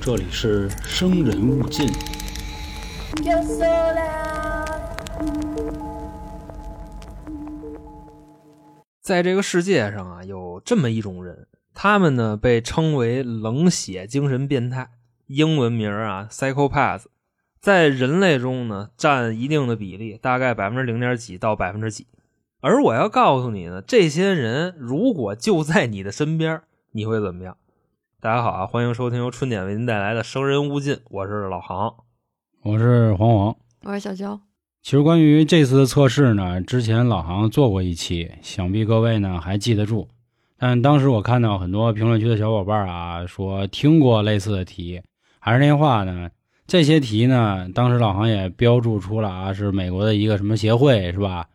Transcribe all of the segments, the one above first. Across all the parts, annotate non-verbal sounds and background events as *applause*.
这里是《生人勿进》。 Yo sola, 在这个世界上啊，有这么一种人，他们呢被称为冷血精神变态，英文名儿啊 psychopath，在人类中呢占一定的比例，大概百分之零点几到百分之几。而我要告诉你呢，这些人如果就在你的身边，你会怎么样？大家好啊，欢迎收听由春点为您带来的《生人勿近》，我是老航。我是黄黄。我是小娇，其实关于这次的测试呢，之前老航做过一期，想必各位呢还记得住。但当时我看到很多评论区的小伙伴啊，说听过类似的题，还是那话呢，这些题呢，当时老航也标注出了啊，是美国的一个什么协会是吧？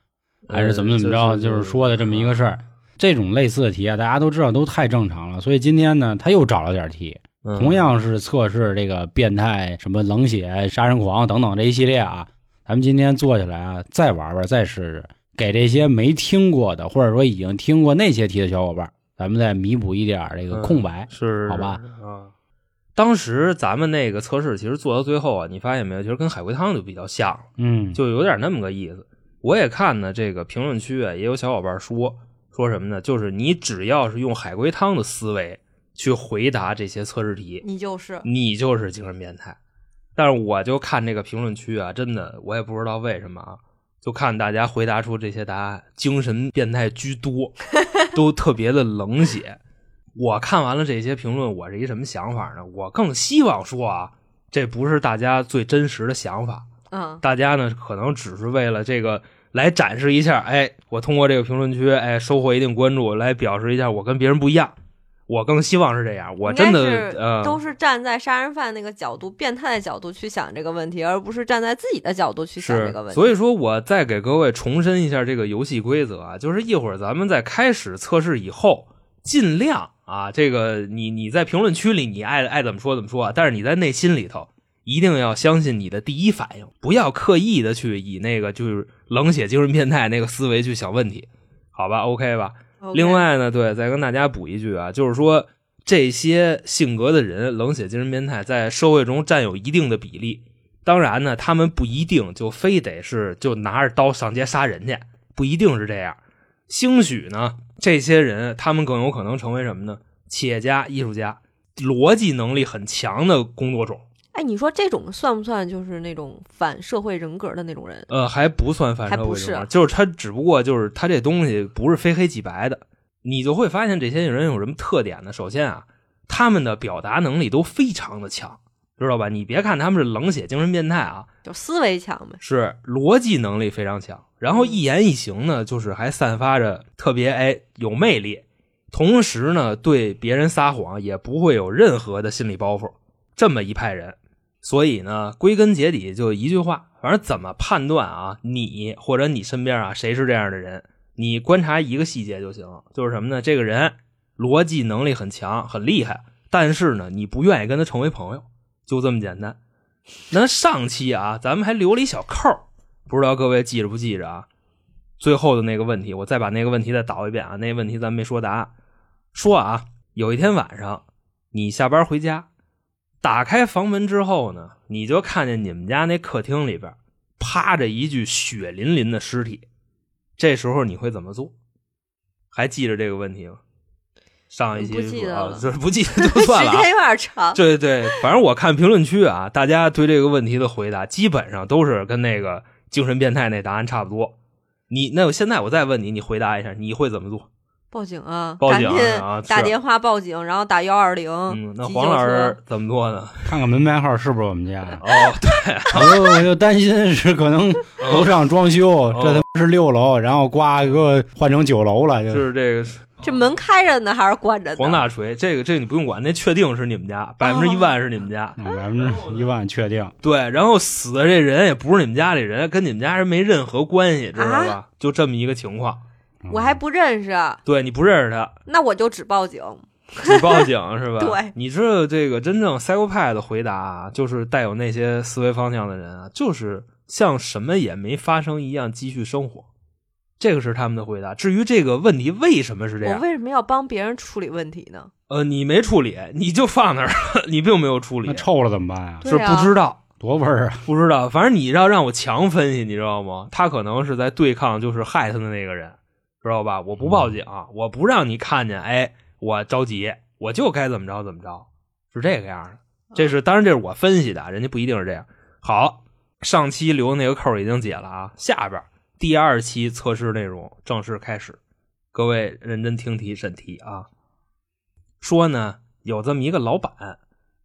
还是怎么怎么着，呃就是说的这么一个事儿。这种类似的题啊，大家都知道都太正常了，所以今天呢，他又找了点题，嗯同样是测试这个变态、什么冷血、杀人狂等等这一系列啊，咱们今天做起来啊，再玩玩，再试试，给这些没听过的，或者说已经听过那些题的小伙伴，咱们再弥补一点这嗯个空白。是好吧？啊，当时咱们那个测试其实做到最后啊，你发现没有？其实跟海龟汤就比较像了，嗯，就有点那么个意思。我也看呢，这个评论区啊，也有小伙伴说说什么呢？就是你只要是用海龟汤的思维去回答这些测试题，你就是你就是精神变态。但是我就看这个评论区啊，真的我也不知道为什么啊，就看大家回答出这些答案，精神变态居 *laughs* 多，都特别的冷血。我看完了这些评论，我是一什么想法呢？我更希望说啊，这不是大家最真实的想法，嗯，大家呢可能只是为了这个来展示一下，哎，我通过这个评论区，哎，收获一定关注，来表示一下我跟别人不一样。我更希望是这样，我真应的该是呃，都是站在杀人犯那个角度、变态的角度去想这个问题，而不是站在自己的角度去想这是个问，题。所以说我再给各位重申一下这个游戏规则啊，就是一会儿咱们在开始测试以后，尽量啊，这个你你在评论区里你爱爱怎么说怎么说啊，但是你在内心里头一定要相信你的第一反应，不要刻意的去以那个就是冷血精神变态那个思维去想问题，好吧？OK 吧？ OK 另，外呢，对，再跟大家补一句啊，就是说这些性格的人，冷血精神变态在社会中占有一定的比例。当然呢，他们不一定就非得是就拿着刀上街杀人去，不一定是这样。兴许呢，这些人他们更有可能成为什么呢？企业家、艺术家，逻辑能力很强的工作种。哎，你说这种算不算就是那种反社会人格的那种人？呃，还不算反社还会不人格是就是他只不过就是他这东西不是非黑即白的，你就会发现这些人有什么特点呢？首先啊，他们的表达能力都非常的强，知道吧？你别看他们是冷血精神变态啊，就思维强呗。是逻辑能力非常强，然后一言一行呢，就是还散发着特别哎有魅力，同时呢对别人撒谎也不会有任何的心理包袱，这么一派人。所以呢，归根结底就一句话，反正怎么判断啊，你或者你身边啊谁是这样的人，你观察一个细节就行，就是什么呢？这个人逻辑能力很强，很厉害，但是呢，你不愿意跟他成为朋友，就这么简单。那上期啊，咱们还留了一小扣儿，不知道各位记着不记着啊？最后的那个问题，我再把那个问题再倒一遍啊。那问题咱没说答案，说啊，有一天晚上你下班回家，打开房门之后呢，你就看见你们家那客厅里边趴着一具血淋淋的尸体，这时候你会怎么做？还记着这个问题吗？上一期不记得啊了就是不记得就算了、啊，时间有点 *laughs* 长，对对，反正我看评论区啊，大家对这个问题的回答基本上都是跟那个精神变态那答案差不多。你那我现在我再问你，你回答一下，你会怎么做？报警啊！报赶警紧啊是打电话报警，然后打幺二零。嗯，那急黄救老车师怎么做呢？。看看门牌号是不是我们家的 *laughs* 哦，对，我就我就担心是可能楼上装修，哦这他妈是六楼，然后呱给我换成九楼了，就就是这个啊这门开着呢还是关着呢？黄大锤，这个这个你不用管，那确定是你们家，百分之一万是你们家。嗯百分之一万确定。对，然后死的这人也不是你们家里人，跟你们家人没任何关系，知道吧？就这么一个情况。我还不认识，啊对你不认识他，那我就只报警。只报警是吧？对你知道这个真正 psychopath 的回答啊，就是带有那些思维方向的人啊，就是像什么也没发生一样继续生活。这个是他们的回答。至于这个问题为什么是这我样，为什么要帮别人处理问题呢？呃，你没处理，你就放那儿了，你并没有处理嗯那，臭了怎么办呀？是对啊不知道。多味儿啊！ *laughs* 不知道，反正你要让我强分析，你知道吗？他可能是在对抗，就是害他的那个人，知道吧？我不报警，我不让你看见，哎，我着急，我就该怎么着怎么着，是这个样的。这是当然，这是我分析的啊，人家不一定是这样。好，上期留的那个扣儿已经解了啊，下边儿第二期测试内容正式开始，各位认真听题审题啊。说呢，有这么一个老板，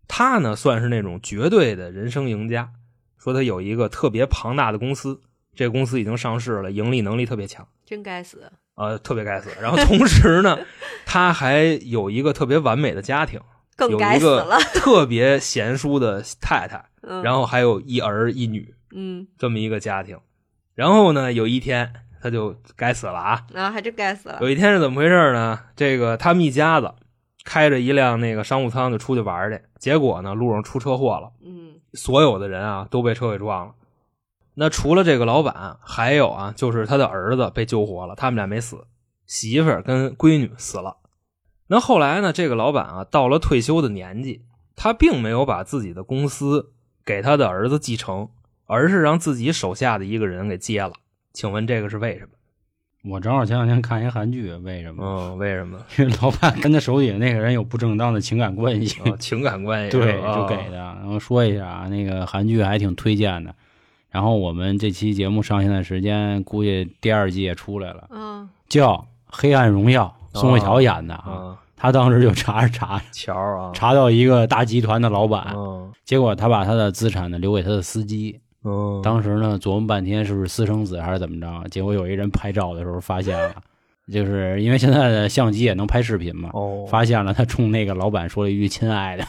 他呢算是那种绝对的人生赢家，说他有一个特别庞大的公司，这公司已经上市了，盈利能力特别强，真该死！呃，特别该死。然后同时呢，他还有一个特别完美的家庭，更有该一死个了。特别贤淑的太太，嗯，然后还有一儿一女嗯，这么一个家庭。然后呢，有一天他就该死了啊！然后还真该死了。有一天是怎么回事呢？这个他们一家子开着一辆那个商务舱就出去玩去，结果呢路上出车祸了。嗯，所有的人啊都被车给撞了。那除了这个老板，还有啊，就是他的儿子被救活了，他们俩没死，媳妇儿跟闺女死了。那后来呢，这个老板啊，到了退休的年纪，他并没有把自己的公司给他的儿子继承，而是让自己手下的一个人给接了。请问这个是为什么？我正好前两天看一韩剧，为什么？嗯，为 *laughs* 什么？因为老板跟他手底下那个人有不正当的情感关系，啊情感关系 *laughs* 对，是吧 *laughs* 就给的。然后说一下啊，那个韩剧还挺推荐的。然后我们这期节目上线的时间，估计第二季也出来了，嗯，叫《黑暗荣耀》，宋慧乔演的啊。啊，他当时就查着查着，乔啊，查到一个大集团的老板，嗯结果他把他的资产呢留给他的司机。嗯，当时呢琢磨半天是不是私生子还是怎么着，结果有一人拍照的时候发现了，就是因为现在的相机也能拍视频嘛，哦，发现了他冲那个老板说了一句“亲爱的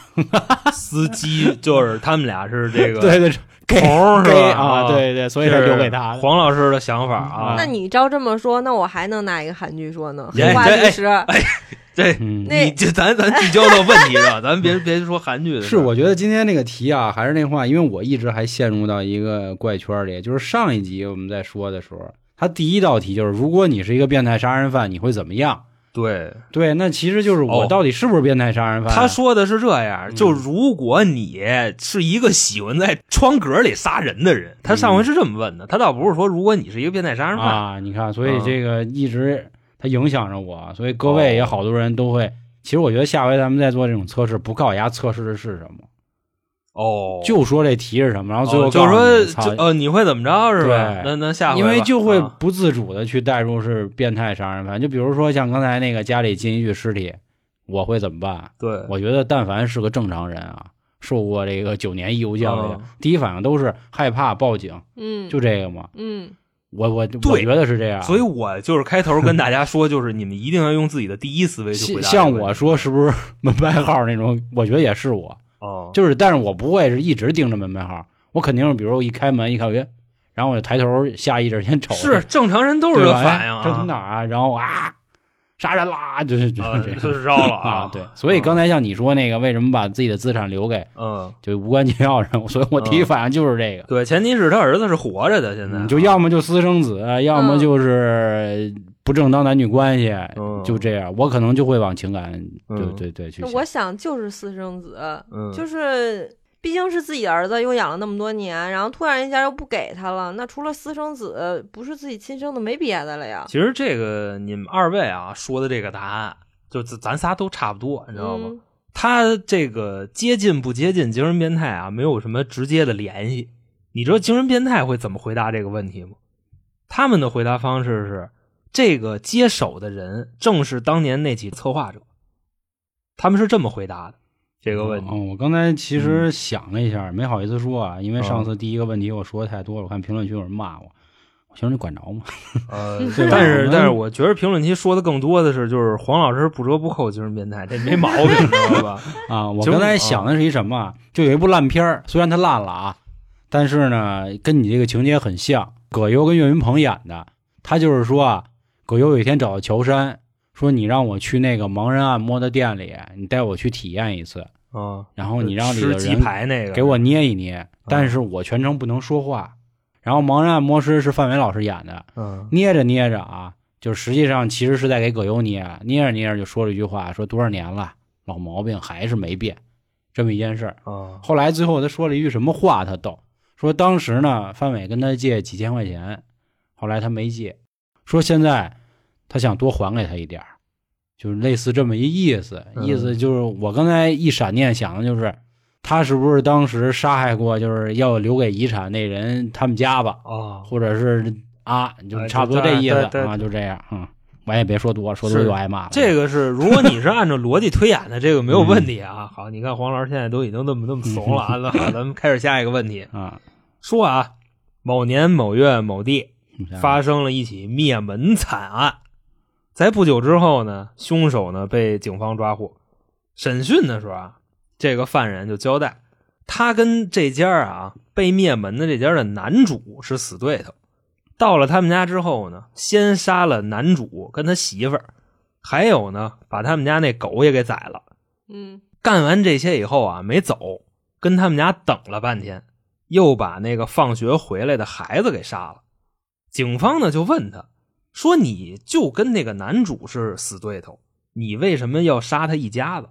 司机就是他们俩是这”，个 *laughs* 对对，给红是给吧？啊，，对对，所以这才是留给他的。嗯黄老师的想法啊，那你照这么说，那我还能拿一个韩剧说呢？哎黑化哎哎律师，这嗯，那你这咱咱聚焦到问题上， *laughs* 咱别别说韩剧的事是儿，我觉得今天这个题啊，还是那话，因为我一直还陷入到一个怪圈里，就是上一集我们在说的时候，他第一道题就是如果你是一个变态杀人犯，你会怎么样？对对，那其实就是我哦到底是不是变态杀人犯啊、他说的是这样，嗯就如果你是一个喜欢在窗格里杀人的人，他上回是这么问的，他倒不是说如果你是一个变态杀人犯，嗯啊，你看，所以这个一直它影响着我，所以各位也好多人都会。其实我觉得下回咱们再做这种测试，不告牙测试的是什么，哦，就说这题是什么，然后最后哦就告诉是说你操就呃你会怎么着是对吧？那那下回因为吧就会啊不自主的去带入是变态杀人犯。就比如说像刚才那个家里进一具尸体，我会怎么办？对我觉得但凡是个正常人啊，受过这个九年义务教育的嗯，第一反应都是害怕、报警，嗯，就这个嘛。嗯，我我我对觉得是这样。所以我就是开头跟大家说，就是你们一定要用自己的第一思维 *laughs* 像去回答这个像问题。我说是不是门牌号那种？ *laughs* 我觉得也是我，哦，就是但是我不会是一直盯着门牌号，我肯定是比如一开门一看，哎，然后我就抬头下意识先瞅，是正常人都是对这吧？反应啊，哎这从哪儿啊？然后啊，杀人啦，就是就啊，是这样 *laughs* 就是绕了啊。对，所以刚才像你说那个，为什么把自己的资产留给嗯，就无关紧要人？ *laughs* 所以我第一反应就是这个，对，前提是他儿子是活着的，现啊嗯在嗯就要么就私生子，要么就是不正当男女关系，嗯就这样。我可能就会往情感，嗯对对对去那想。我想就是私生子，嗯，就是毕竟是自己的儿子，又养了那么多年，然后突然一下又不给他了，那除了私生子，不是自己亲生的，没别的了呀。其实这个你们二位啊说的这个答案，就咱咱仨都差不多，你知道吗？嗯他这个接近不接近精神变态啊，没有什么直接的联系。你知道精神变态会怎么回答这个问题吗？他们的回答方式是：这个接手的人正是当年那起策划者。他们是这么回答的这个问题。嗯，我刚才其实想了一下，没好意思说啊，因嗯为上次第一个问题我说的太多了，我看评论区有人骂我，我寻思你管着吗？呃对吧但我是们但是我觉得评论区说的更多的是，就是黄老师不折不扣精神变态，这没毛病，你知 *laughs* 道吧？啊，我就是刚才想的是一什么啊？就有一部烂片儿，虽然它烂了啊，但是呢，跟你这个情节很像，葛优跟岳云鹏演的。他就是说啊，葛优有一天找到乔杉，说你让我去那个盲人按摩的店里，你带我去体验一次，啊，哦然后你让里头吃鸡人排那个嗯给我捏一捏，但是我全程不能说话。然后《蒙面魔师》是范伟老师演的，嗯，捏着捏着啊，就实际上其实是在给葛优捏，捏着捏着就说了一句话，说多少年了，老毛病还是没变，这么一件事儿。啊，后来最后他说了一句什么话，他逗，说当时呢，范伟跟他借几千块钱，后来他没借，说现在他想多还给他一点儿，就是类似这么一意思，嗯意思就是我刚才一闪念想的就是。他是不是当时杀害过就是要留给遗产那人他们家吧？哦，或者是啊，就哎差不多就这这意思样对对啊，就这样，嗯，我也别说多，说多是就挨骂了。这个是，如果你是按照逻辑推演的，这个没有问题 *laughs* 啊。好，你看黄老师现在都已经那么那么怂了啊，那好，咱们开始下一个问题，啊，说啊，某年某月某地你想发生了一起灭门惨案，在不久之后呢，凶手呢被警方抓获，审讯的时候啊，这个犯人就交代，他跟这家啊被灭门的这家的男主是死对头。到了他们家之后呢，先杀了男主跟他媳妇儿，还有呢，把他们家那狗也给宰了。嗯，干完这些以后啊，没走，跟他们家等了半天，又把那个放学回来的孩子给杀了。警方呢就问他说：“你就跟那个男主是死对头，你为什么要杀他一家子？”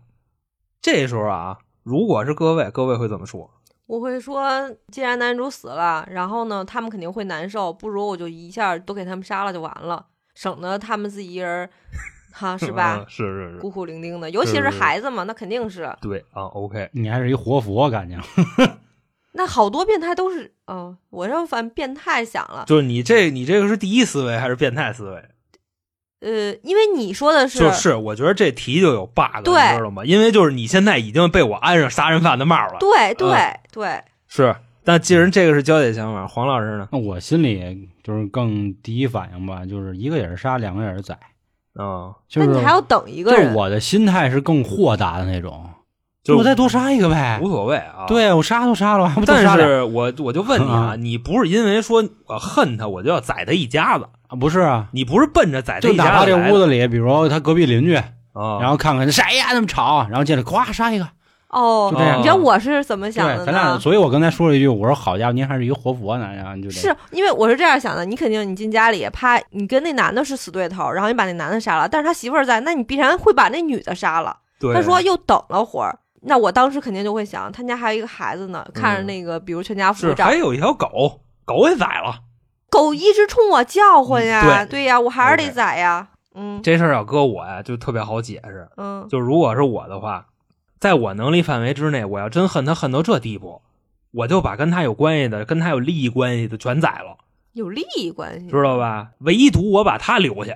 这时候啊，如果是各位，各位会怎么说？我会说，既然男主死了，然后呢，他们肯定会难受，不如我就一下都给他们杀了就完了，省得他们自己一人儿，哈，是吧嗯？ *laughs* 是是是孤，苦伶仃的，尤其是嗯是是孩子嘛，那肯定是。对啊，OK，你还是一活佛，感觉那好多变态都是，哦，我让反变态想了，就是你这你这个是第一思维还是变态思维？呃，因为你说的是，就是我觉得这题就有 bug，你对知道吗？因为就是你现在已经被我安上杀人犯的帽了。对对、嗯对，是，但既然这个是焦点想法，黄老师呢？那 *laughs* 我心里就是更第一反应吧，就是一个也是杀，两个也是宰，啊、就那是你还要等一就个人是，我的心态是更豁达的那种，就我再多杀一个呗无，所谓啊。，对我杀都杀了，我还不多杀俩但是我我就问你啊，啊你不是因为说我恨他，我就要宰他一家子，啊不是啊？你不是奔着宰他就哎一哪家怕子这来屋的子里，比如他隔壁邻居，啊，然后看看谁呀那么吵，然后进来咵杀一个，哦就，这样啊你知道我是怎么想的对，咱呢？俩，所以我刚才说了一句，我说好家伙，您还是一活佛呢，然后就这是因为我是这样想的，你肯定你进家里，啪，你跟那男的是死对头，然后你把那男的杀了，但是他媳妇儿在，那你必然会把那女的杀了。对他说又等了会儿，那我当时肯定就会想，他家还有一个孩子呢，看着那个，比如全家福嗯是长，还有一条狗，狗也宰了。狗一直冲我叫唤呀，嗯对对呀，我还是 OK 得宰呀，嗯这事儿要搁我呀，就特别好解释。嗯，就如果是我的话，在我能力范围之内，我要真恨他恨到这地步，我就把跟他有关系的、跟他有利益关系的全宰了。有利益关系，知道？吧？唯独我把他留下，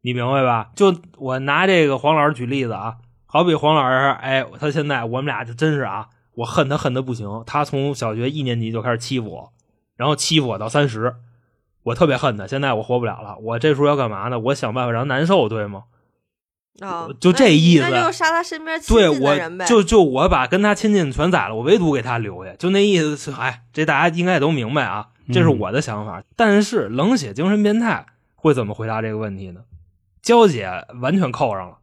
你明白吧？就我拿这个黄老师举例子啊，好比黄老师，哎，他现在我们俩就真是啊，我恨他恨得不行，他从小学一年级就开始欺负我，然后欺负我到三十，我特别恨他，现在我活不了了，我这时候要干嘛呢？我想办法让他难受，对吗？啊、就这意思那那就杀他身边亲对近我的人呗，就就我把跟他亲近的全宰了，我唯独给他留下，就那意思是，哎，这大家应该也都明白啊，这是嗯我的想法。但是冷血精神变态会怎么回答这个问题呢？娇姐完全扣上了，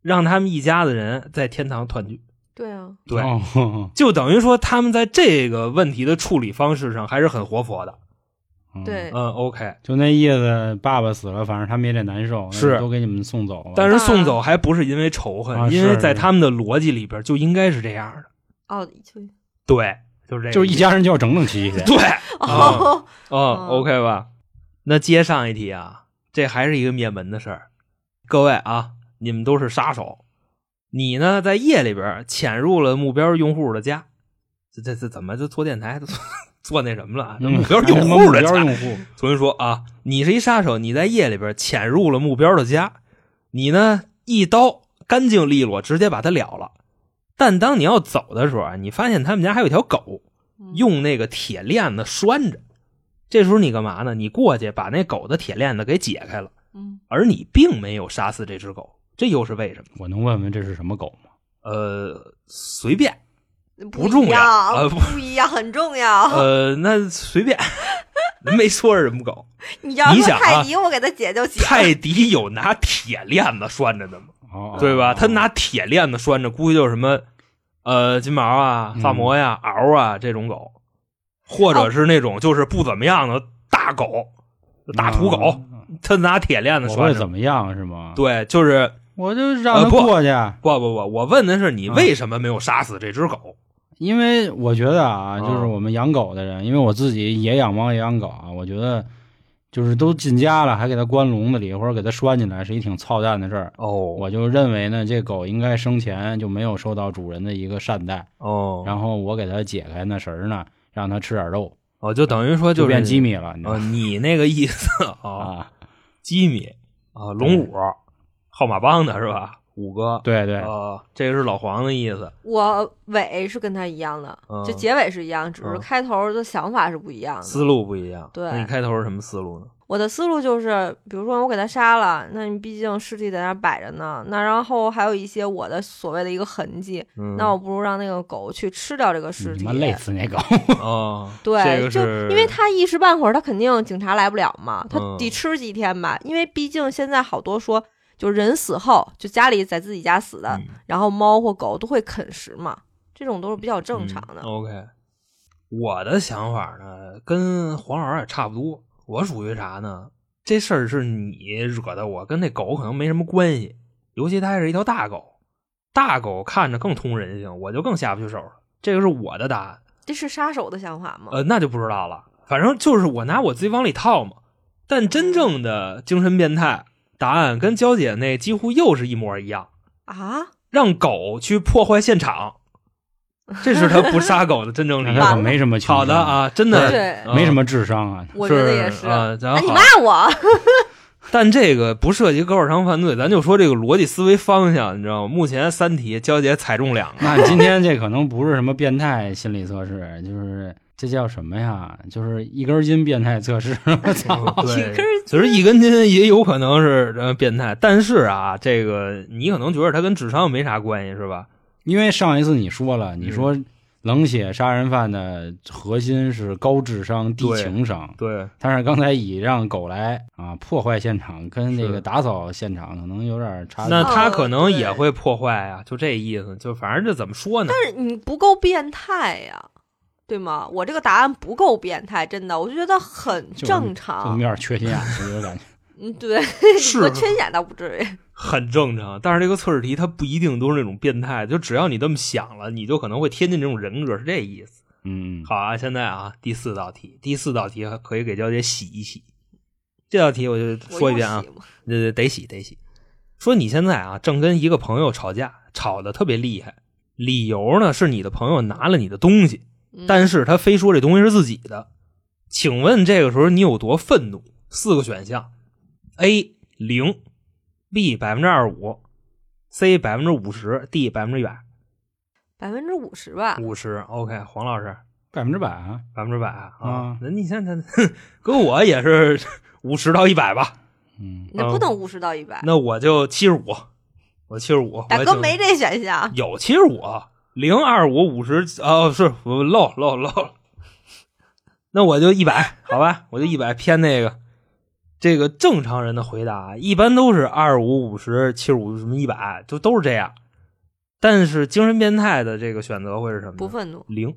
让他们一家子人在天堂团聚。对啊，对，哦呵呵就等于说他们在这个问题的处理方式上还是很活佛的。嗯对，嗯，OK。就那意思，爸爸死了，反正他们也得难受，那是都给你们送走了。但是当然送走还不是因为仇恨，啊因为是在他们的逻辑里边就应该是这样的。哦，就对，就是这个，。就是一。家人就要整整齐齐对，哦，哦嗯 o k 吧？那接上一题啊，这还是一个灭门的事儿。各位啊，你们都是杀手，你呢在夜里边潜入了目标用户的家，这这这怎么就做电台 *laughs* 做那什么了啊？这嗯目标用户目的标家，用户，所以说啊，你是一杀手，你在夜里边潜入了目标的家，你呢一刀干净利落，直接把他了了。但当你要走的时候啊，你发现他们家还有一条狗，嗯用那个铁链子拴着。这时候你干嘛呢？你过去把那狗的铁链子给解开了，嗯，而你并没有杀死这只狗，这又是为什么？我能问问这是什么狗吗？呃，随便，不一重要样呃不不一样，很 *laughs* 重要。呃，那随便， *laughs* 没说是什么 *laughs* 狗。你要你说想啊泰迪，我给他解就行。泰迪有拿铁链子拴着的吗？哦，对吧？哦他拿铁链子嗯拴着，估计就是什么，呃，金毛啊、萨摩呀、獒啊这种狗，或者是那种就是不怎么样的大狗，大土狗，他拿铁链子嗯我拴会着。怎么样是吗？对，就是我就让呃他不过去，啊不不不，我问的是你嗯为什么没有杀死这只狗？因为我觉得啊，啊就是我们养狗的人，因为我自己也养猫也养狗啊，我觉得就是都进家了，还给它关笼子里或者给它拴进来，是一挺操蛋的事儿。哦我就认为呢，这狗应该生前就没有受到主人的一个善待，哦，然后我给它解开那绳儿呢，让它吃点肉，哦，就等于说就是变机米了，你知道啊，吗？你那个意思啊，啊，吉米啊，龙五号马帮的是吧？五哥，对对，啊，这个是老黄的意思。我尾是跟他一样的，嗯就结尾是一样，只是嗯开头的想法是不一样的。思路不一样，对那你开头是什么思路呢？我的思路就是，比如说我给他杀了，那你毕竟尸体在那儿摆着呢，那然后还有一些我的所谓的一个痕迹，嗯，那我不如让那个狗去吃掉这个尸你嗯体。妈累死那狗，哦， *laughs* 对，这个就是因为他一时半会儿他肯定警察来不了嘛，他嗯得吃几天吧，因为毕竟现在好多说就人死后就家里在自己家死的，嗯然后猫或狗都会啃食嘛，这种都是比较正常的。嗯 OK，我的想法呢跟黄老师也差不多，我属于啥呢？这事儿是你惹的我，跟那狗可能没什么关系，尤其它还是一条大狗，大狗看着更通人性，我就更下不去手了。这个是我的答案。这是杀手的想法吗？呃，那就不知道了。反正就是我拿我自己往里套嘛。但真正的精神变态答案跟娇姐那几乎又是一模一样，啊，让狗去破坏现 *laughs* 场，这是他不杀狗的真正理那由。它可没什么情商好的，啊，嗯真的对没什么，么智商 *laughs* 啊，我觉得也是是。啊然后啊，你骂我，但这个不涉及高尔商犯罪，咱就说这个逻辑思维方向，你知道吗？目前三题，娇姐踩中两个，那今天这可能不是什么变态心理测试，就是这叫什么呀？就是一根筋变态测试。 *laughs* 我操！ *laughs* 对一根筋其实一根筋也有可能是呃变态，但是啊，这个你可能觉得它跟智商没啥关系，是吧？因为上一次你说了，嗯你说冷血杀人犯的核心是高智商低对情商，对，但是刚才以让狗来啊破坏现场跟那是个打扫现场可能有点差距。那哦他可能对也会破坏啊，就这意思，就反正这怎么说呢？但是你不够变态呀，对吗？我这个答案不够变态，真的，我就觉得很就正就有常。点缺心眼，我就感觉。嗯， *laughs* 对，是说缺心眼倒不至于。很正常。但是这个测试题它不一定都是那种变态，就只要你这么想了，你就可能会贴近这种人格，是这意思。 *laughs* 嗯，好啊，现在啊，第四道题，第四道题还可以给娇姐洗一洗。这道题我就我说一用遍啊洗，吗呃，得洗得洗。说你现在啊，正跟一个朋友吵架，吵得特别厉害，理由呢是你的朋友拿了你的东西，嗯但是他非说这东西是自己的。请问这个时候你有多愤怒？四个选项：A 零，B 百分之二十五，C 百分之五十，D 百分之百百分之五十吧，五十。OK，黄老师百分之百啊！百分之百啊啊，那、你 *laughs* 想想，哼跟我也是 *laughs* 五十到一百吧，嗯，那不能五十到一百。那我就七十五，我七十五。大我也嗯哥挺没这选项，有七十五零二五五十哦，是我漏漏漏了，那我就一百，好吧， *laughs* 我就一百偏那个。这个正常人的回答一般都是二五五十七十五什么一百，就都是这样。但是精神变态的这个选择会是什么呢？不愤怒。零，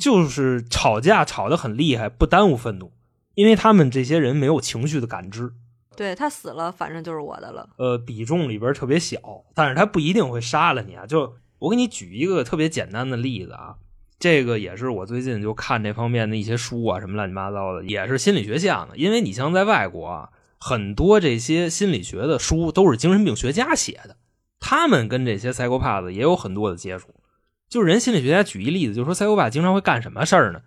就是吵架吵得很厉害，不耽误愤怒，因为他们这些人没有情绪的感知。对他死了，反正就是我的了。呃比重里边特别小，但是他不一定会杀了你啊。就我给你举一个特别简单的例子啊，这个也是我最近就看这方面的一些书啊，什么乱七八糟的，也是心理学项的。因为你像在外国啊，很多这些心理学的书都是精神病学家写的，他们跟这些 psychopath 也有很多的接触。就是人心理学家举一例子，就是说 psychopath 经常会干什么事儿呢？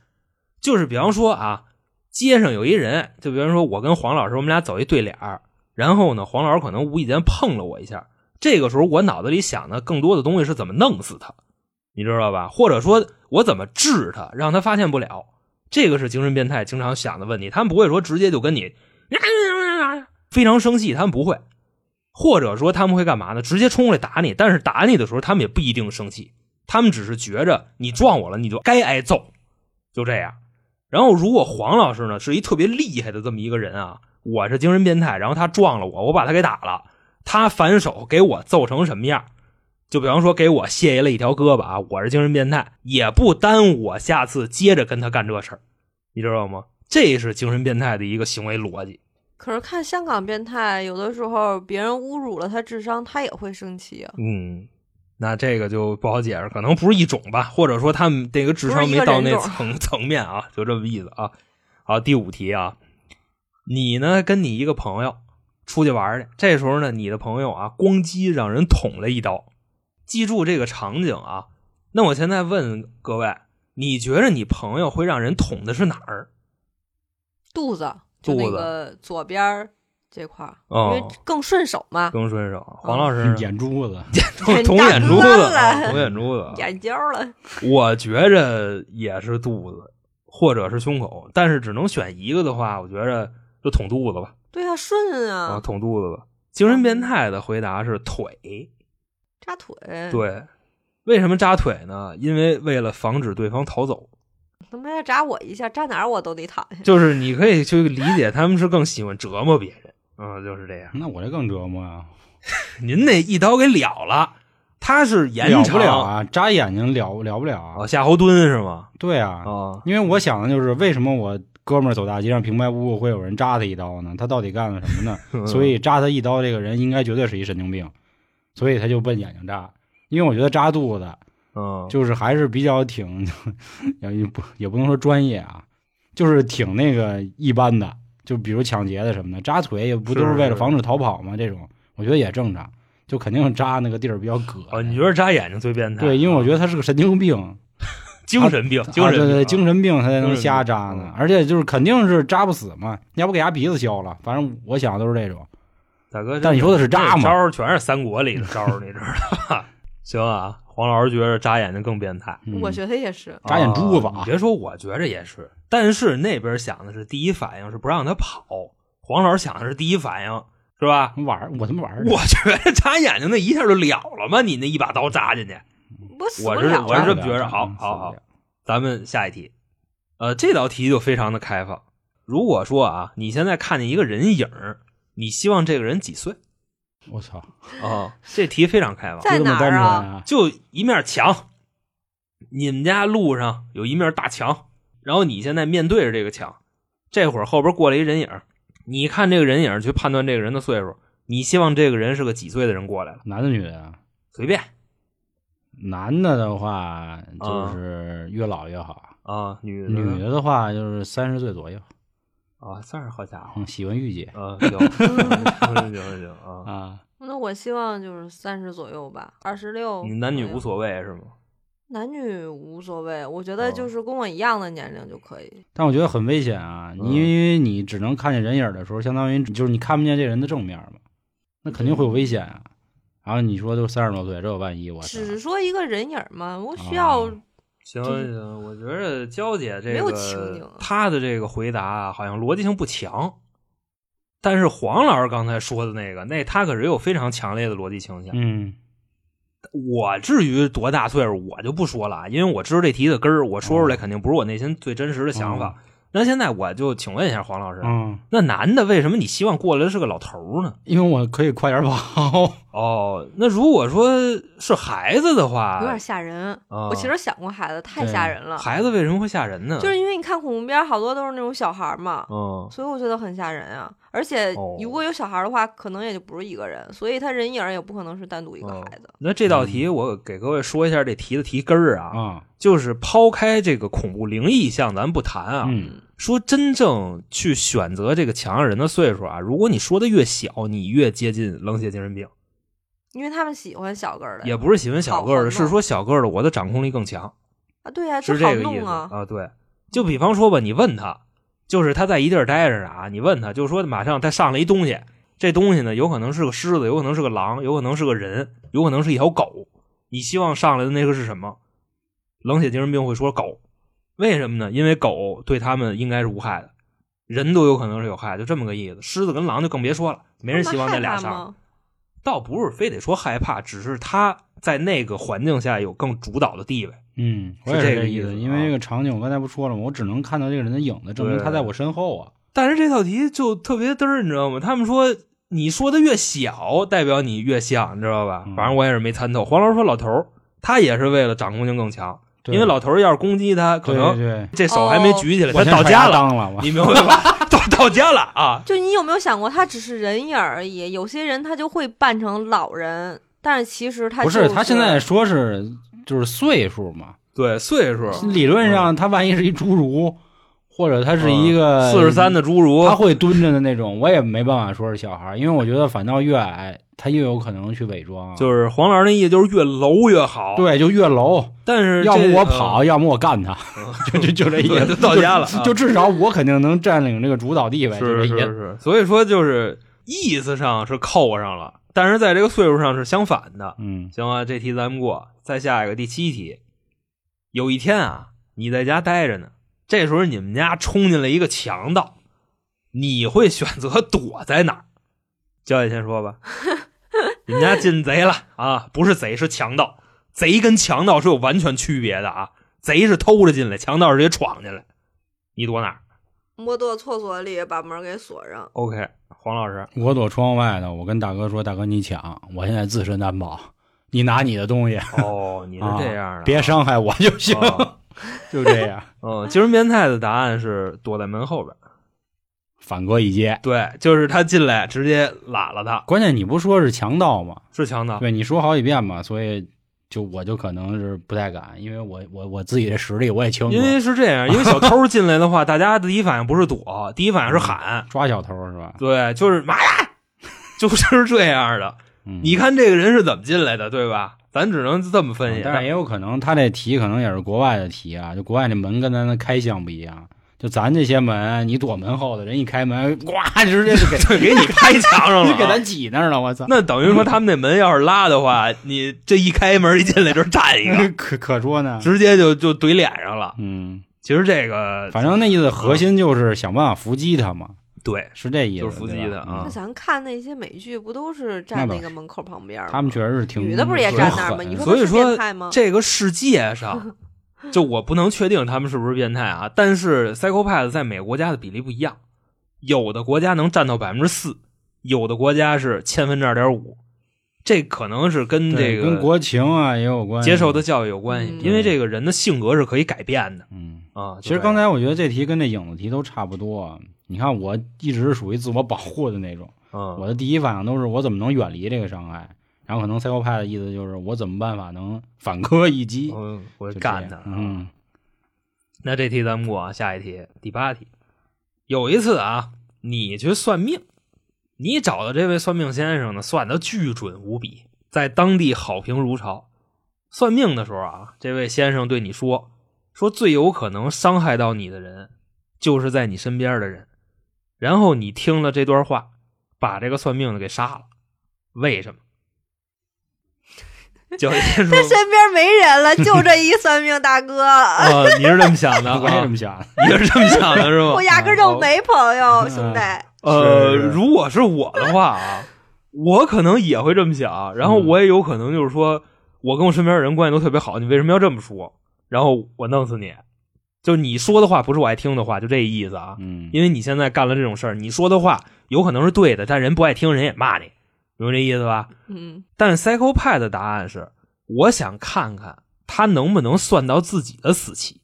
就是比方说啊，街上有一人，就比方说我跟黄老师，我们俩走一对脸儿，然后呢，黄老师可能无意间碰了我一下，这个时候我脑子里想的更多的东西是怎么弄死他，你知道吧？或者说我怎么治他，让他发现不了，这个是精神变态经常想的问题。他们不会说直接就跟你非常生气，他们不会，或者说他们会干嘛呢？直接冲过来打你，但是打你的时候他们也不一定生气，他们只是觉着你撞我了，你就该挨揍，就这样。然后，如果黄老师呢是一特别厉害的这么一个人啊，我是精神变态，然后他撞了我，我把他给打了，他反手给我揍成什么样，就比方说给我卸下了一条胳膊啊，我是精神变态，也不耽误我下次接着跟他干这事儿，你知道吗？这是精神变态的一个行为逻辑。可是看香港变态，有的时候别人侮辱了他智商，他也会生气 *laughs* 啊。嗯，那这个就不好解释，可能不是一种吧，或者说他们这个智商没到那不是一个人种层 *laughs* 层面啊，就这么意思啊。好，第五题啊，你呢跟你一个朋友出去玩儿去，这时候呢你的朋友啊咣叽让人捅了一刀，记住这个场景啊。那我现在问各位，你觉着你朋友会让人捅的是哪儿？肚子，就肚那子个左边儿这嗯块儿，因为哦，更顺手嘛，更顺手。黄老师呢眼珠子，捅捅眼珠子啊，太 *laughs* 捅眼珠子啊。眼焦了。我觉着也是肚子，或者是胸口，但是只能选一个的话，我觉着就捅肚子吧，对啊，顺啊，啊，捅肚子吧。精神变态的回答是腿，扎腿。，对，为什么扎腿呢？因为为了防止对方逃走，他妈要扎我一下，扎哪儿我都得躺下。就是你可以去理解他们是更喜欢折磨别人，嗯，就是这样。那我这更折磨啊，您那一刀给了了，他是延了长不了啊，扎眼睛了了不了啊哦，？夏侯惇是吗？对啊，啊，因为我想的就是为什么我哥们儿走大街上平白无故会有人扎他一刀呢？他到底干了什么呢？啊嗯所以扎他一刀这个人应该绝对是一神经病，所以他就奔眼睛扎。因为我觉得扎肚子嗯，就是还是比较挺，也不也不能说专业啊，就是挺那个一般的，就比如抢劫的什么的，扎腿也不都是为了防止逃跑吗？这种我觉得也正常，就肯定扎那个地儿比较葛。哦，你觉得扎眼睛最变态？对，因为我觉得他是个神经病，精神病，精神啊、对对，病，精神病他才能精神病瞎扎呢嗯，而且就是肯定是扎不死嘛，要不给他鼻子削了，反正我想的都是这种。大哥，但你说的是扎吗这招儿全是三国里的招 *laughs* 儿，你知道吧？行啊，黄老师觉得扎眼睛更变态，嗯、我觉得也是，扎眼珠子啊啊你别说，我觉着也是，但是那边想的是第一反应是不让他跑，黄老师想的是第一反应是吧？玩儿，我他妈玩儿呢，我觉得扎眼睛那一下就了了嘛，你那一把刀扎进去。我死不我是了我是啊。这么觉着扎不了嗯好扎不好好了咱们下一题，呃，这道题就非常的开放。如果说啊，你现在看见一个人影儿，你希望这个人几岁我操，啊、这题非常开放。在就这么哪单儿纯啊？啊？就一面墙，你们家路上有一面大墙，然后你现在面对着这个墙，这会儿后边过来一人影儿，你看这个人影儿去判断这个人的岁数，你希望这个人是个几岁的人过来了，男的女的啊？随便男的的话就是越老越好，啊，女的女的的话就是三十岁左右，啊，算是好家伙，嗯，喜欢御姐啊，行行行行行啊，啊，那我希望就是三十左右吧，二十六。你男女无，所谓是吗？男女无所谓，我觉哦得就是跟我一样的年龄就可以。但我觉得很危险啊，嗯你因为你只能看见人影儿的时候，相当于就是你看不见这人的正面嘛，那肯定会有危险嗯啊。然后你说都三十多岁，这有万一我操只是说一个人影儿嘛，哦我啊需要行行，我觉着娇姐这没有情景啊个她的这个回答啊，好像逻辑性不强，但是黄老师刚才说的那个，那他可是有非常强烈的逻辑倾向。嗯，我至于多大岁数，我就不说了，啊，因为我知道这题的根儿，我说出来肯定不是我内心最真实的想法。那现在我就请问一下黄老师，嗯，那男的为什么你希望过来的是个老头儿呢？因为我可以快点跑。哦，那如果说是孩子的有点话，吓人。啊我其实想过孩子，太对吓人了，孩子为什么会吓人呢？就是因为你看恐怖片儿好多都是那种小孩儿嘛，嗯，所以我觉得很吓人啊。而且哦如果有小孩儿的话，可能也就不是一个人，所以他人影儿也不可能是单独一个孩子。那这道嗯题我给各位说一下这题的题根儿啊，啊，就是抛开这个恐怖灵异项咱不谈啊，嗯，说真正去选择这个强人的岁数啊，如果你说的越小，你越接近冷血精神病，因为他们喜欢小个儿的，也不是喜欢小个儿的，好好弄是说小个儿的我的掌控力更强，啊，对呀、是这好这个意弄思啊。啊。对，就比方说吧，你问他，就是他在一地儿待着呢啊，你问他，就说马上他上来一东西，这东西呢有可能是个狮子，有可能是个狼，有可能是个人，有可能是一条狗。你希望上来的那个是什么？冷血精神病会说狗，为什么呢？因为狗对他们应该是无害的，人都有可能是有害，就这么个意思。狮子跟狼就更别说了，没人希望这俩他们害怕上。吗？倒不是非得说害怕，只是他在那个环境下有更主导的地位。嗯，是我也这是个个意思，思因啊为这个场景我刚才不说了吗？我只能看到这个人的影子，证明对他在我身后啊。但是这道题就特别嘚儿，你知道吗？他们说你说的越小，代表你越像，你知道吧嗯？反正我也是没参透。黄老师说，老头儿他也是为了长功性更强，对因为老头儿要是攻击他，可能对哦对这手还没举起来，我他先到把家牙了，当了，我你明白 *laughs* 吧？到到家了啊！就你有没有想过，他只是人影儿而已？有些人他就会扮成老人，但是其实他、不就是他现在说是就是岁数嘛，对，岁数嗯理论上他万一是一侏儒，或者他是一个嗯四十三的侏儒呃他，会蹲着的那种，我也没办法说是小孩儿，因为我觉得反倒越矮，他越有可能去伪装，啊就是黄老师那意思就是越楼越好。，对，就越楼，但是要这嗯么我跑，，要么我干他， *laughs* 就就就这意对思，就到家了啊就至少我肯定能占领这个主导地位，呃就是这是意思。是，所以说就是意思上是扣上了，但是在这个岁数上是相反的。嗯，行啊，这题咱们过，再下一个第七题。有一天啊，你在家待着呢，这时候你们家冲进来一个强盗，你会选择躲在哪儿？焦姐先说吧。你们家进贼了啊？不是贼，是强盗。贼跟强盗是有完全区别的啊！贼是偷着进来，强盗是直接闯进来。你躲哪儿摸到厕所里，把门给锁上。 ？OK，黄老师，我躲窗外头，我跟大哥说，大哥你抢，我现在自身难保，你拿你的东西，哦，你是啊这样的，别伤害我就行，哦 *laughs* 就这样，嗯，精神变态的答案是躲在门后边。反戈一击。对，就是他进来直接拉了他，关键你不说是强盗吗？是强盗。对，你说好几遍嘛，所以就我就可能是不太敢，因为我我我自己的实力我也清楚。因为是 *laughs* 这样，因为小偷进来的话，大家的第一反应不是躲，第一反应是喊，抓小偷是吧？对，就是妈呀， *laughs* 就是这样的。嗯，你看这个人是怎么进来的，对吧？咱只能这么分嗯析。但是也有可能他这题可能也是国外的题啊，就国外那门跟咱的开箱不一样。就咱这些门，你躲门后的人一开门，呱，直接就 *laughs* 给对，给你拍墙 *laughs* 上了就啊。给咱挤那儿了，我操！那等于说他们那门要是拉的话，你这一开门一进来就站一个， *laughs* 可可说呢。直接就就怼脸上了。嗯，其实这个反正那意思核心就是想办法伏击他嘛，对，是这意思。就是伏击对吧他啊那嗯咱看那些美剧，不都是那站倒是那个门口旁边儿吗？他们确实是挺女的不是也挺站那儿吗狠你说所以他们是说变态吗这个世界上，就我不能确定他们是不是变态啊，但是 psychopath 在每个国家的比例不一样，有的国家能占到百分之四，有的国家是千分之二点五，这可能是跟对这跟个国情啊也有关系。接受的教育有关系，嗯因为这个人的性格是可以改变的嗯，啊。其实刚才我觉得这题跟这影子题都差不多。啊你看，我一直是属于自我保护的那种，嗯我的第一反应都是我怎么能远离这个伤害，然后可能 p s y c o p a 的意思就是我怎么办法能反 *laughs* 戈一击，嗯，我就干这他样啊。嗯，那这题咱们过啊，下一题第八题。有一次啊，你去算命，你找的这位算命先生呢，算的巨准无比，在当地好评如潮。算命的时候啊，这位先生对你说，说最有可能伤害到你的人，就是在你身边的人。然后你听了这段话，把这个算命的给杀了。为什么？就先说他，身边没人了，就这一算命大哥，哦，你是这么想的 *laughs* 啊，我也这么想的。你是这么想的是吗？ *laughs* 我压根儿哦就没朋友，嗯兄弟。呃，是如果是我的话 *laughs* 啊，我可能也会这么想，然后我也有可能就是说，我跟我身边的人关系都特别好，你为什么要这么说？然后我弄死你，就你说的话不是我爱听的话，就这意思啊。嗯，因为你现在干了这种事儿，你说的话有可能是对的，但人不爱听，人也骂你，明白这意思吧？嗯，但是 Psycho 派的答案是，我想看看他能不能算到自己的死期，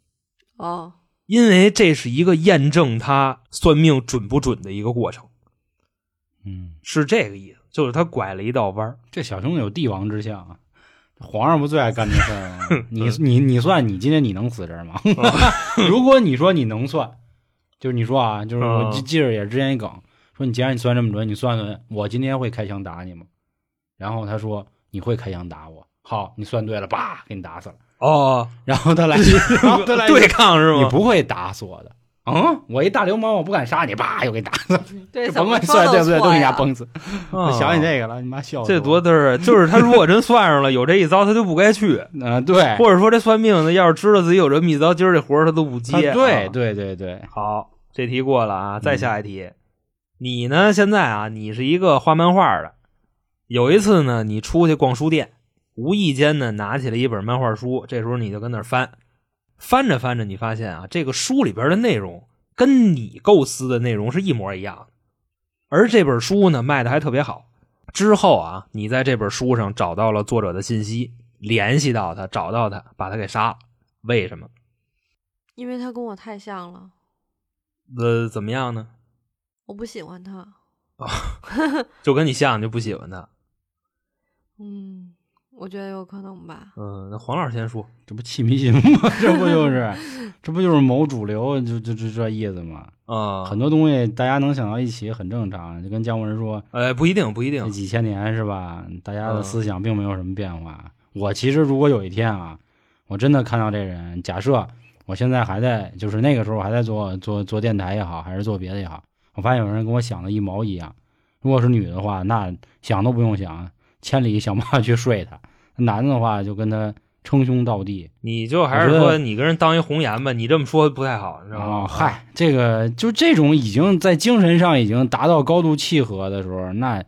哦，因为这是一个验证他算命准不准的一个过程。嗯，是这个意思，就是他拐了一道弯儿。这小兄弟有帝王之相啊，皇上不最爱干这事儿 *laughs* 吗？你你你算你今天你能死这儿吗？哦 *laughs* 如果你说你能算，就是你说啊，就是我嗯记记着也是之前一梗，说你既然你算这么准，你算算我今天会开枪打你吗？然后他说你会开枪打我，好，你算对了，叭给你打死了。 *laughs* 哦，然后他来一，然后他来一对抗是你吗？不会打死我的。嗯，我一大流氓，我不敢杀你，叭又给打死了， *laughs* 对，就怎甭么管说算对不对，错都给你呀家崩死。我啊想起这个了，你妈笑死这我多嘚儿啊！就是他如果真算上了有这一遭，他就不该 *laughs* 去，啊，对，或者说这算命的要是知道自己有这么一遭，今儿这活儿他都不接。啊对啊，对对对，好，这题过了啊，再下一题。你呢？现在啊，你是一个画漫画的。有一次呢，你出去逛书店，无意间呢拿起了一本漫画书，这时候你就跟那儿翻，翻着翻着，你发现啊，这个书里边的内容跟你构思的内容是一模一样的。而这本书呢卖的还特别好。之后啊，你在这本书上找到了作者的信息，联系到他，找到他，把他给杀了。为什么？因为他跟我太像了，呃，怎么样呢？我不喜欢他。就跟你像，你就不喜欢他。嗯，我觉得有可能吧。嗯，那黄老师先说。这不气迷信吗？ *laughs* 这不就是，这不就是某主流就就就这意思吗？啊、很多东西大家能想到一起很正常，就跟姜文说，呃，不一定，不一这定。几千年是吧？大家的嗯思想并没有什么变化。我其实如果有一天啊，我真的看到这人，假设我现在还在，就是那个时候我还在做做做电台也好，还是做别的也好，我发现有人跟我想的一毛一样。如果是女的话，那想都不用想，千里想办法去睡他；男的话，就跟他称兄道弟。你就还是我觉说得你跟人当一红颜吧，你这么说不太好，你知然道后，吗？嗨，这个就这种已经在精神上已经达到高度契合的时候，那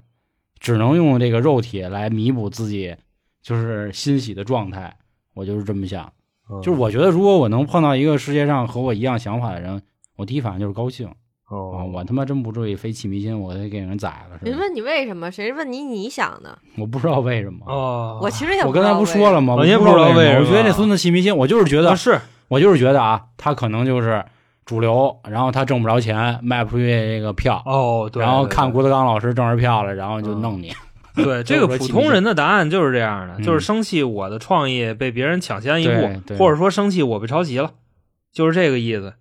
只能用这个肉体来弥补自己就是欣喜的状态。我就是这么想，嗯，就是我觉得如果我能碰到一个世界上和我一样想法的人，我第一反应就是高兴啊！哦，我他妈真不注意非气迷心，我得给人宰了是人吧？问你为什么，谁问你你想的？我不知道为什么，哦，我其实也我刚才不说了，了吗？我也不不知道为什我什觉得么那孙子气迷心，我就是觉得啊是我就是觉得啊，他可能就是主流，然后他挣不着钱，卖不出去这个票，哦，对。然后对看对郭德纲老师挣着票了，然后就弄你。对这个就是说普气不通气人的答案就是这样的，嗯就是生气我的创意被别人抢先一对步，对或者说生气我被抄袭了，就是这个意思。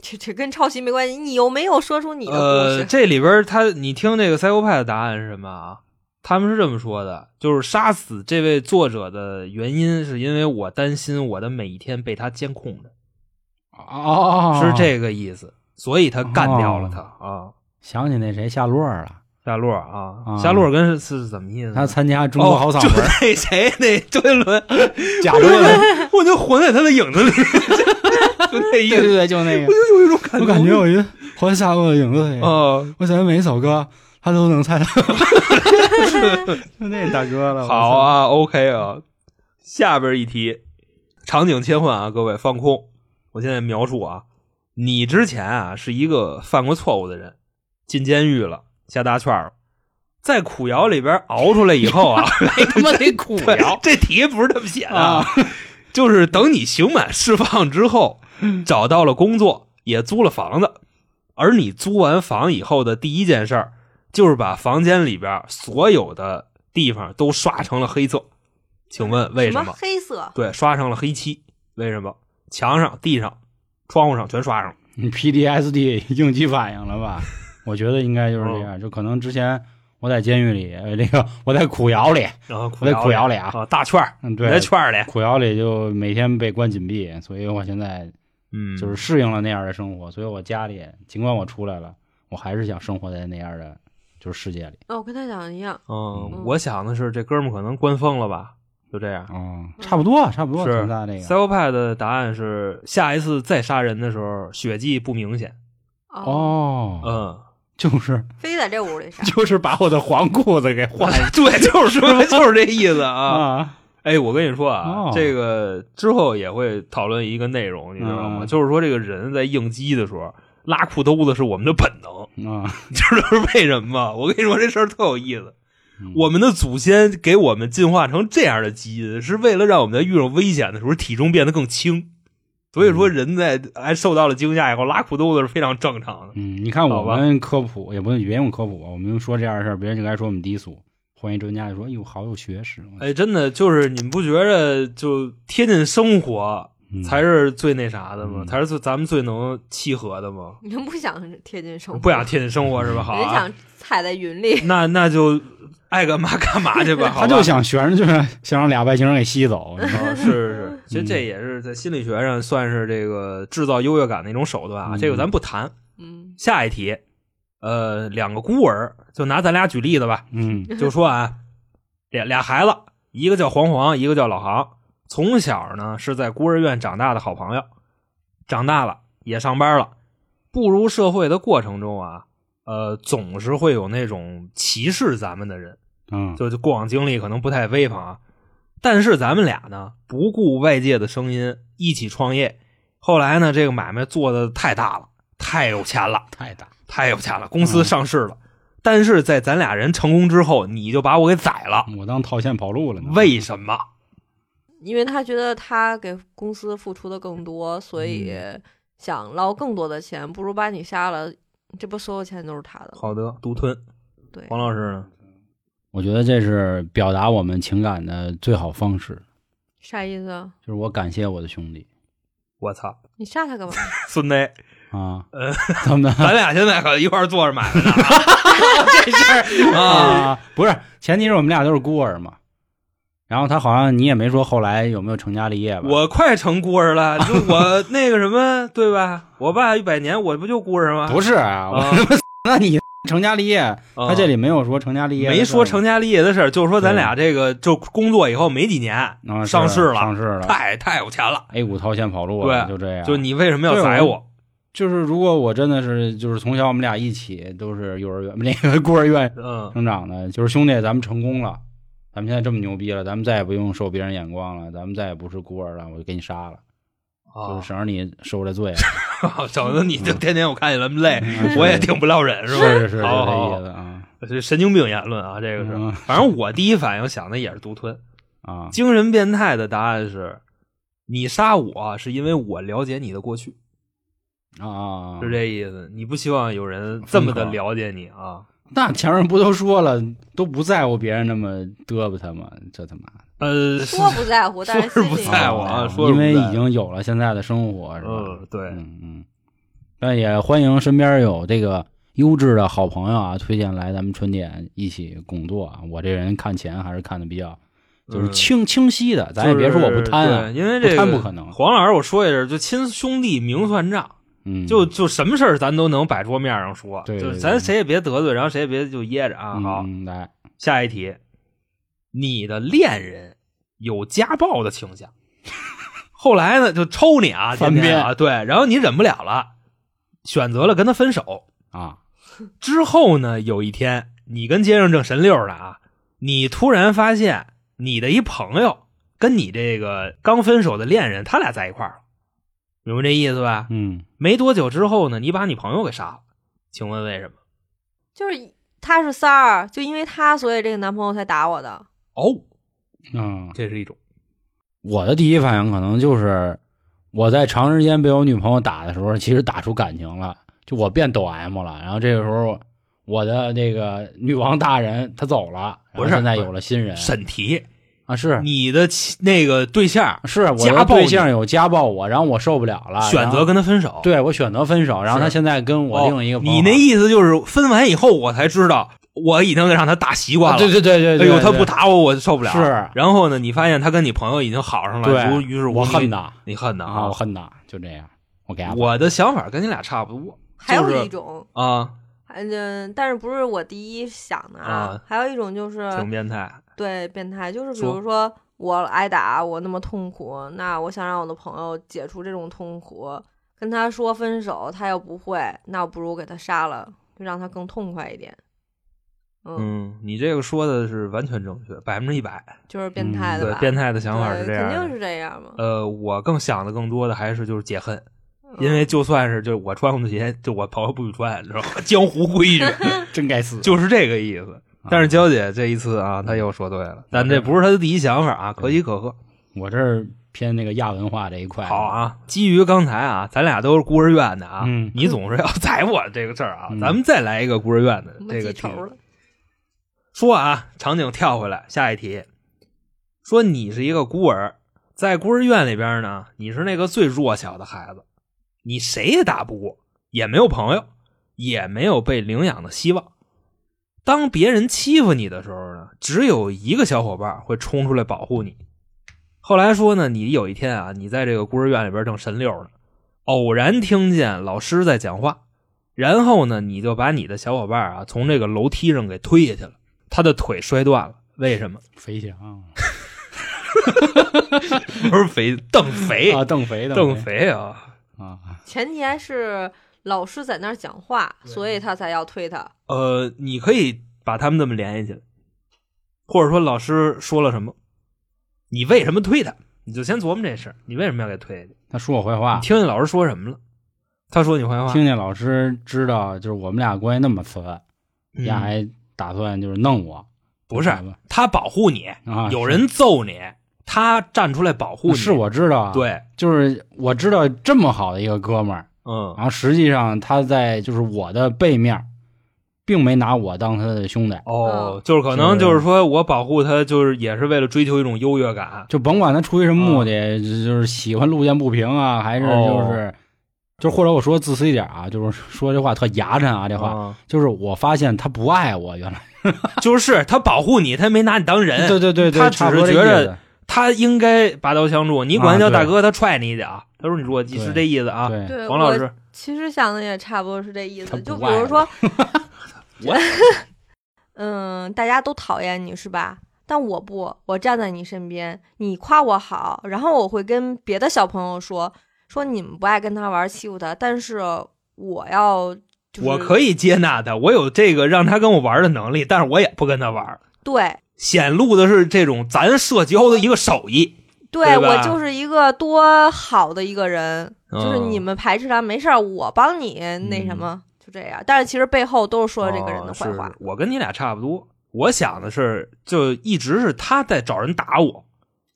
这这跟抄袭没关系。你有没有说出你的故呃，事？这里边儿他，你听这个 psycho 派的答案是什么啊？他们是这么说的，就是杀死这位作者的原因，是因为我担心我的每一天被他监控着，哦是。这个意思，所以他干掉了他啊。想起那谁夏洛了，夏洛啊，啊夏洛跟是是怎么意思呢？他参加《中国哦好嗓就门》那 *laughs* 谁那周杰伦，贾周伦，我就活在他的影子里， *laughs* 就那 *laughs* 意对对思。对，就那个我。就有一种感我感觉我一活下过的影子里，哦，我想每一首歌他都能 *laughs* 猜到，就那大哥了。我操好，啊，OK 啊，下边一题，场景切换啊，各位放空。我现在描述啊，你之前啊是一个犯过错误的人，进监狱了，下大圈了，在苦窑里边熬出来以后啊，还他妈得苦 *laughs* 对聊这题不是这么写的啊！ *laughs* 就是等你刑满释放之后，找到了工作，也租了房子，而你租完房以后的第一件事儿，就是把房间里边所有的地方都刷成了黑色。请问为什什么么？黑色？对，刷上了黑漆，为什么？墙上、地上、窗户上全刷上了。你 PDSD 应激反应了吧？ *laughs* 哦我觉得应该就是这样，就可能之前我在监狱里，呃，那个我在苦窑里，然后苦我在苦窑窑里里啊，啊，大圈儿，嗯，你在对，圈儿里，苦窑里就每天被关紧闭，所以我现在嗯，就是适应了那样的生活，所以我家里尽管我出来了，我还是想生活在那样的就是世界里。哦，我跟他想的一样。嗯嗯，我想的是这哥们儿可能官疯了吧，就这样。哦，差不多，差不多，是存在这个。 psychopath 的答案是下一次再杀人的时候血迹不明显。哦，哦，嗯， *laughs* 就是非在这屋里杀。就是把我的黄裤子给换对，就 *laughs* 是说就是这意思 *laughs* 啊。啊，哎，我跟你说啊哦，这个之后也会讨论一个内容，你知道吗？嗯就是说这个人在应激的时候拉裤兜子是我们的本能， *laughs* 啊，你知道是为什么吗？我跟你说这事儿特有意思。嗯我们的祖先给我们进化成这样的基因，是为了让我们在遇上危险的时候体重变得更轻。所以嗯说，人在哎受到了惊吓以后拉裤兜子是非常正常的。嗯，你看我好吧们科普也不能别用科普吧，啊我们说这样的事儿，别人就该说我们低俗。换一专家就说：“哎呦，好有学识，哎，真的就是你们不觉着就贴近生活嗯才是最那啥的吗？嗯才是最咱们最能契合的吗？你们不想贴近生活，不想贴近生活是吧？好、 *laughs* 人啊，想踩在 *laughs* 云里。那那就爱干嘛干 *laughs* 嘛去吧。好他吧就想悬着，就是想让俩外星人给吸走。你知道吗哦是是嗯是，其实这也是在心理学上算是这个制造优越感的一种手段啊。嗯这个咱不谈，嗯，下一题，呃，两个孤儿，就拿咱俩举例子吧， *laughs* 嗯就说啊，俩俩孩子，一个叫黄黄，一个叫老杭，从小呢是在孤儿院长大的好朋友，长大了也上班了，步入社会的过程中啊，呃，总是会有那种歧视咱们的人，嗯，就就过往经历可能不太威风啊。但是咱们俩呢，不顾外界的声音，一起创业。后来呢，这个买卖做的太大了，太有钱了，啊太大。太有钱了，公司上市了，但是在咱俩人成功之后，你就把我给宰了，我当套现跑路了呢。为什么？因为他觉得他给公司付出的更多，所以嗯想捞更多的钱，不如把你杀了，这不所有钱都是他的。好的，独吞。对，黄老师呢？我觉得这是表达我们情感的最好方式，啥意思啊？就是我感谢我的兄弟我操，你杀他干嘛？孙子，啊，呃怎 *laughs* 么的咱俩现在可一块儿做着买卖呢，这事儿啊，啊？不是，前提是我们俩都是孤儿嘛。然后他好像你也没说后来有没有成家立业吧？我快成孤儿了，就我那个什么，对吧？我爸一百年，我不就孤儿吗？不是啊，我他妈那你 *laughs* 成家立业，啊他这里没有说成家立业的事儿，没说成家立业的事儿，就是说咱俩这个就工作以后没几年，啊上市了上市了太太有钱了。 ，A 股套现跑路了，对就这样。就你为什么要宰我？就是如果我真的是就是从小我们俩一起都是幼儿园那个孤儿院嗯，成长的，就是兄弟，咱们成功了，咱们现在这么牛逼了，咱们再也不用受别人眼光了，咱们再也不是孤儿了，我就给你杀了，就啊是省着你受这罪啊了。省得你就天天我看见咱们累嗯，是我也顶不了人，是吧？是是，就好好这好意思啊这神经病言论啊，这个嗯是。反正我第一反应想的也是独吞。啊！精神变态的答案是，你杀我是因为我了解你的过去，啊啊！啊是这意思。你不希望有人这么的了解你啊？那前面不都说了，都不在乎别人那么嘚啵他吗？这他妈的呃，是说 *laughs* 不在乎，但是说是心不里在乎啊啊说是因不为在已经有了现在的生活，是吧？嗯，对，嗯嗯。但也欢迎身边有这个优质的好朋友啊，推荐来咱们春点一起共作啊。我这人看钱还是看的比较就是嗯清清晰的，咱也别说我不贪就是啊，对因为这个不贪不可能黄老师，我说一声，就亲兄弟明算账，嗯，就就什么事儿咱都能摆桌面上说，对就是对咱对谁也别得罪，然后谁也别就掖着啊。嗯好，嗯来下一题，你的恋人有家暴的倾向，后来呢就抽你啊，翻天篇天啊，对，然后你忍不了了，选择了跟他分手。啊，之后呢，有一天你跟街上正神溜着呢啊，你突然发现你的一朋友跟你这个刚分手的恋人，他俩在一块儿了，明白这意思吧？嗯，没多久之后呢，你把你朋友给杀了，请问为什么？ *laughs* 就是他是三儿，就因为他，所以这个男朋友才打我的。哦，嗯，这是一种我的第一反应可能就是我在长时间被我女朋友打的时候，其实打出感情了，就我变抖 M 了。然后这个时候，我的这个女王大人她走了，然不后是现在有了新人审题，啊，是你的妻那个对象是我家的暴对你象有家暴我，然后我受不了了，选择啊然后跟他分手，对我选择分手，然后是他现在跟我哦另一个朋友你那意思就是分完以后我才知道，我已经让他打习惯啊了。对对对对对，哎呦，他对不打我，我受不了。是然后呢，你发现他跟你朋友已经好上了，对，于于是我无恨你，他你恨他啊，我。恨他，就这样，我给他我的想法跟你俩差不多还有就是一种，啊，嗯，但是不是我第一想的啊还有一种就是挺变态。对变态，就是比说如说我挨打，我那么痛苦，那我想让我的朋友解除这种痛苦，跟他说分手，他又不会，那我不如给他杀了，就让他更痛快一点。嗯，嗯，你这个说的是完全正确，百分之一百。就是变态嗯的对吧？，变态的想法是对这样肯定的。是这样嘛。呃，我更想的更多的还是就是解恨，嗯因为就算是就是我穿红鞋，就我朋友不许穿，你知道吗？ *laughs* 江湖规矩。真该死，就是这个意思。但是娇姐这一次啊，她又说对了，啊但这不是她的第一想法啊，可喜可贺。我这儿偏那个亚文化这一块，好，啊，基于刚才啊，咱俩都是孤儿院的啊，嗯你总是要 *laughs* 宰我这个事儿啊，嗯咱们再来一个孤儿院的我们这嗯记个仇题。了，说啊，场景跳回来，下一题，说你是一个孤儿，在孤儿院里边呢，你是那个最弱小的孩子，你谁也打不过，也没有朋友，也没有被领养的希望。当别人欺负你的时候呢，只有一个小伙伴会冲出来保护你。后来说呢，你有一天啊，你在这个孤儿院里边正神溜呢，偶然听见老师在讲话，然后呢，你就把你的小伙伴啊从这个楼梯上给推下去了。他的腿摔断了，*laughs* 为什么？肥翔不是肥邓 *laughs* 肥，啊，邓肥哎邓肥肥啊，啊，前提还是老师在那儿讲话，所以他才要推他。呃，你可以把他们这么联系起来，或者说老师说了什么，你为什么推他？你就先琢磨这事儿，你为什么要给推下去？他说我坏话你，听见老师说什么了？他说你坏话，听见老师知道，就是我们俩关系那么次，嗯丫还打算就是弄我，不是啊？他保护你，有人揍你，他站出来保护是你，是我知道啊，，对，就是我知道这么好的一个哥们儿，嗯然后实际上他在就是我的背面，并没拿我当他的兄弟，哦，就是可能是就是说我保护他，就是也是为了追求一种优越感，就甭管他出于什么目的，嗯就就是喜欢路见不平啊，还是哦就是。就或者我说自私一点啊，就是说这话特牙碜啊，这话、嗯就是我发现他不爱我，原来就是他保护你，他没拿你当人，对对对对，哎他差只不多是这觉意着思他应该拔刀相助。你管他叫大哥，他踹你一脚，他说你弱鸡啊对是这意思啊？对对，王老我师，，其实想的也差不多是这意他思，就不比爱如我说我嗯，大家都讨厌你是吧？但我不，我站在你身边，你夸我好，然后我会跟别的小朋友说，说你们不爱跟他玩，欺负他，但是我要就是我可以以接纳他，我有这个让他跟我玩的能力，但是我也不跟他玩，对显露的是这种咱社交的一个手艺。对对吧我就是一个多好的一个人，就是嗯你们排斥他没事儿，我帮你那什么，就这样。但是其实背后都是说这个人的坏话。哦是我跟你俩差不多，我想的是，就一直是他在找人打我，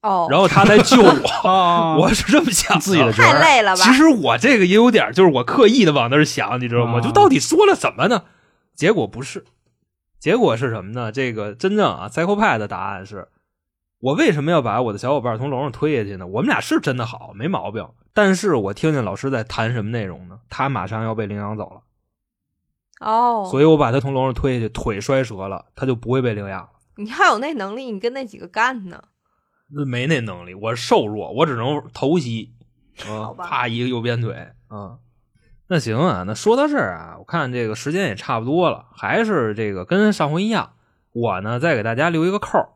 哦，然后他在救我，啊，我是这么想自己的角太累了吧？其实我这个也有点儿，就是我刻意的往那儿想，你知道吗？啊就到底说了什么呢？结果不是，结果是什么呢？这个真正啊，psycho 派的答案是，我为什么要把我的小伙伴从楼上推下去呢？我们俩是真的好，没毛病。但是我听见老师在谈什么内容呢？他马上要被领养走了，哦，所以我把他从楼上推下去，腿摔折了，他就不会被领养了。你要有那能力，你跟那几个干呢？没那能力，我瘦弱，我只能偷袭，啊好，吧嗯啪一个右边腿啊。那行啊，那说到这儿啊，我看这个时间也差不多了，还是这个跟上回一样，我呢再给大家留一个扣儿，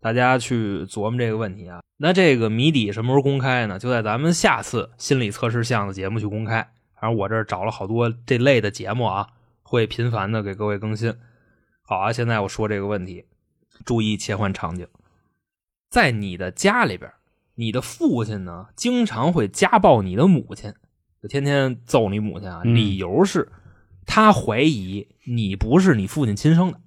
大家去琢磨这个问题啊。那这个谜底什么时候公开呢？就在咱们下次心理测试项的节目去公开。反正我这儿找了好多这类的节目啊，会频繁的给各位更新。好啊，现在我说这个问题，注意切换场景。在你的家里边，你的父亲呢，经常会家暴你的母亲，就天天揍你母亲啊。嗯理由是，他怀疑你不是你父亲亲生的，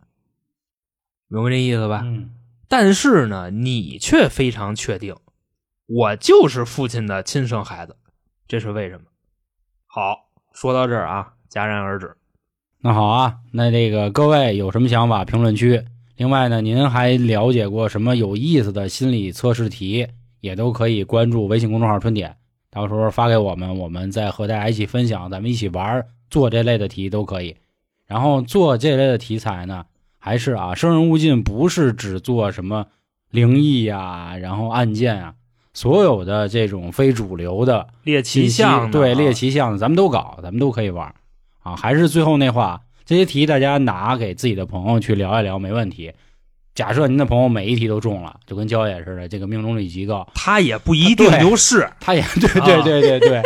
明白这意思吧？嗯但是呢，你却非常确定，我就是父亲的亲生孩子，这是为什么？好，说到这儿啊，戛然而止。那好啊，那这个各位有什么想法，评论区。另外呢，您还了解过什么有意思的心理测试题，也都可以关注微信公众号“春点”，到时候发给我们，我们再和大家一起分享，咱们一起玩儿做这类的题都可以。然后做这类的题材呢，还是啊，生人勿近，不是只做什么灵异呀、然后案件啊，所有的这种非主流的猎奇项啊呢对猎，奇项的，咱们都搞，咱们都可以玩儿啊。还是最后那话，这些题大家拿给自己的朋友去聊一聊，没问题。假设您的朋友每一题都中了，就跟焦野似的，这个命中率极高，他也不一定对就是。他也 *laughs* 对对啊对对对，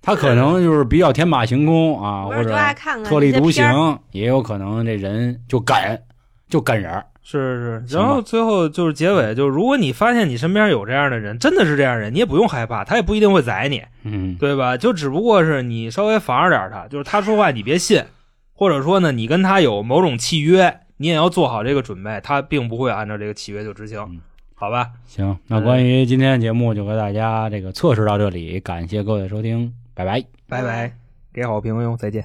他可能就是比较天马行空 *laughs* 啊，不或是就者爱看看特立这些独片儿行，也有可能这人就梗，就梗人儿。是是，行吧然后最后就是结尾，就是如果你发现你身边有这样的人，真的是这样人，你也不用害怕，他也不一定会宰你，嗯，对吧？就只不过是你稍微防着点他，就是他说话你别信，或者说呢，你跟他有某种契约，你也要做好这个准备，他并不会按照这个契约就执行嗯，好吧？行，那关于今天的节目就和大家这个测试到这里，感谢各位的收听，拜拜。拜拜，给好评哟，再见。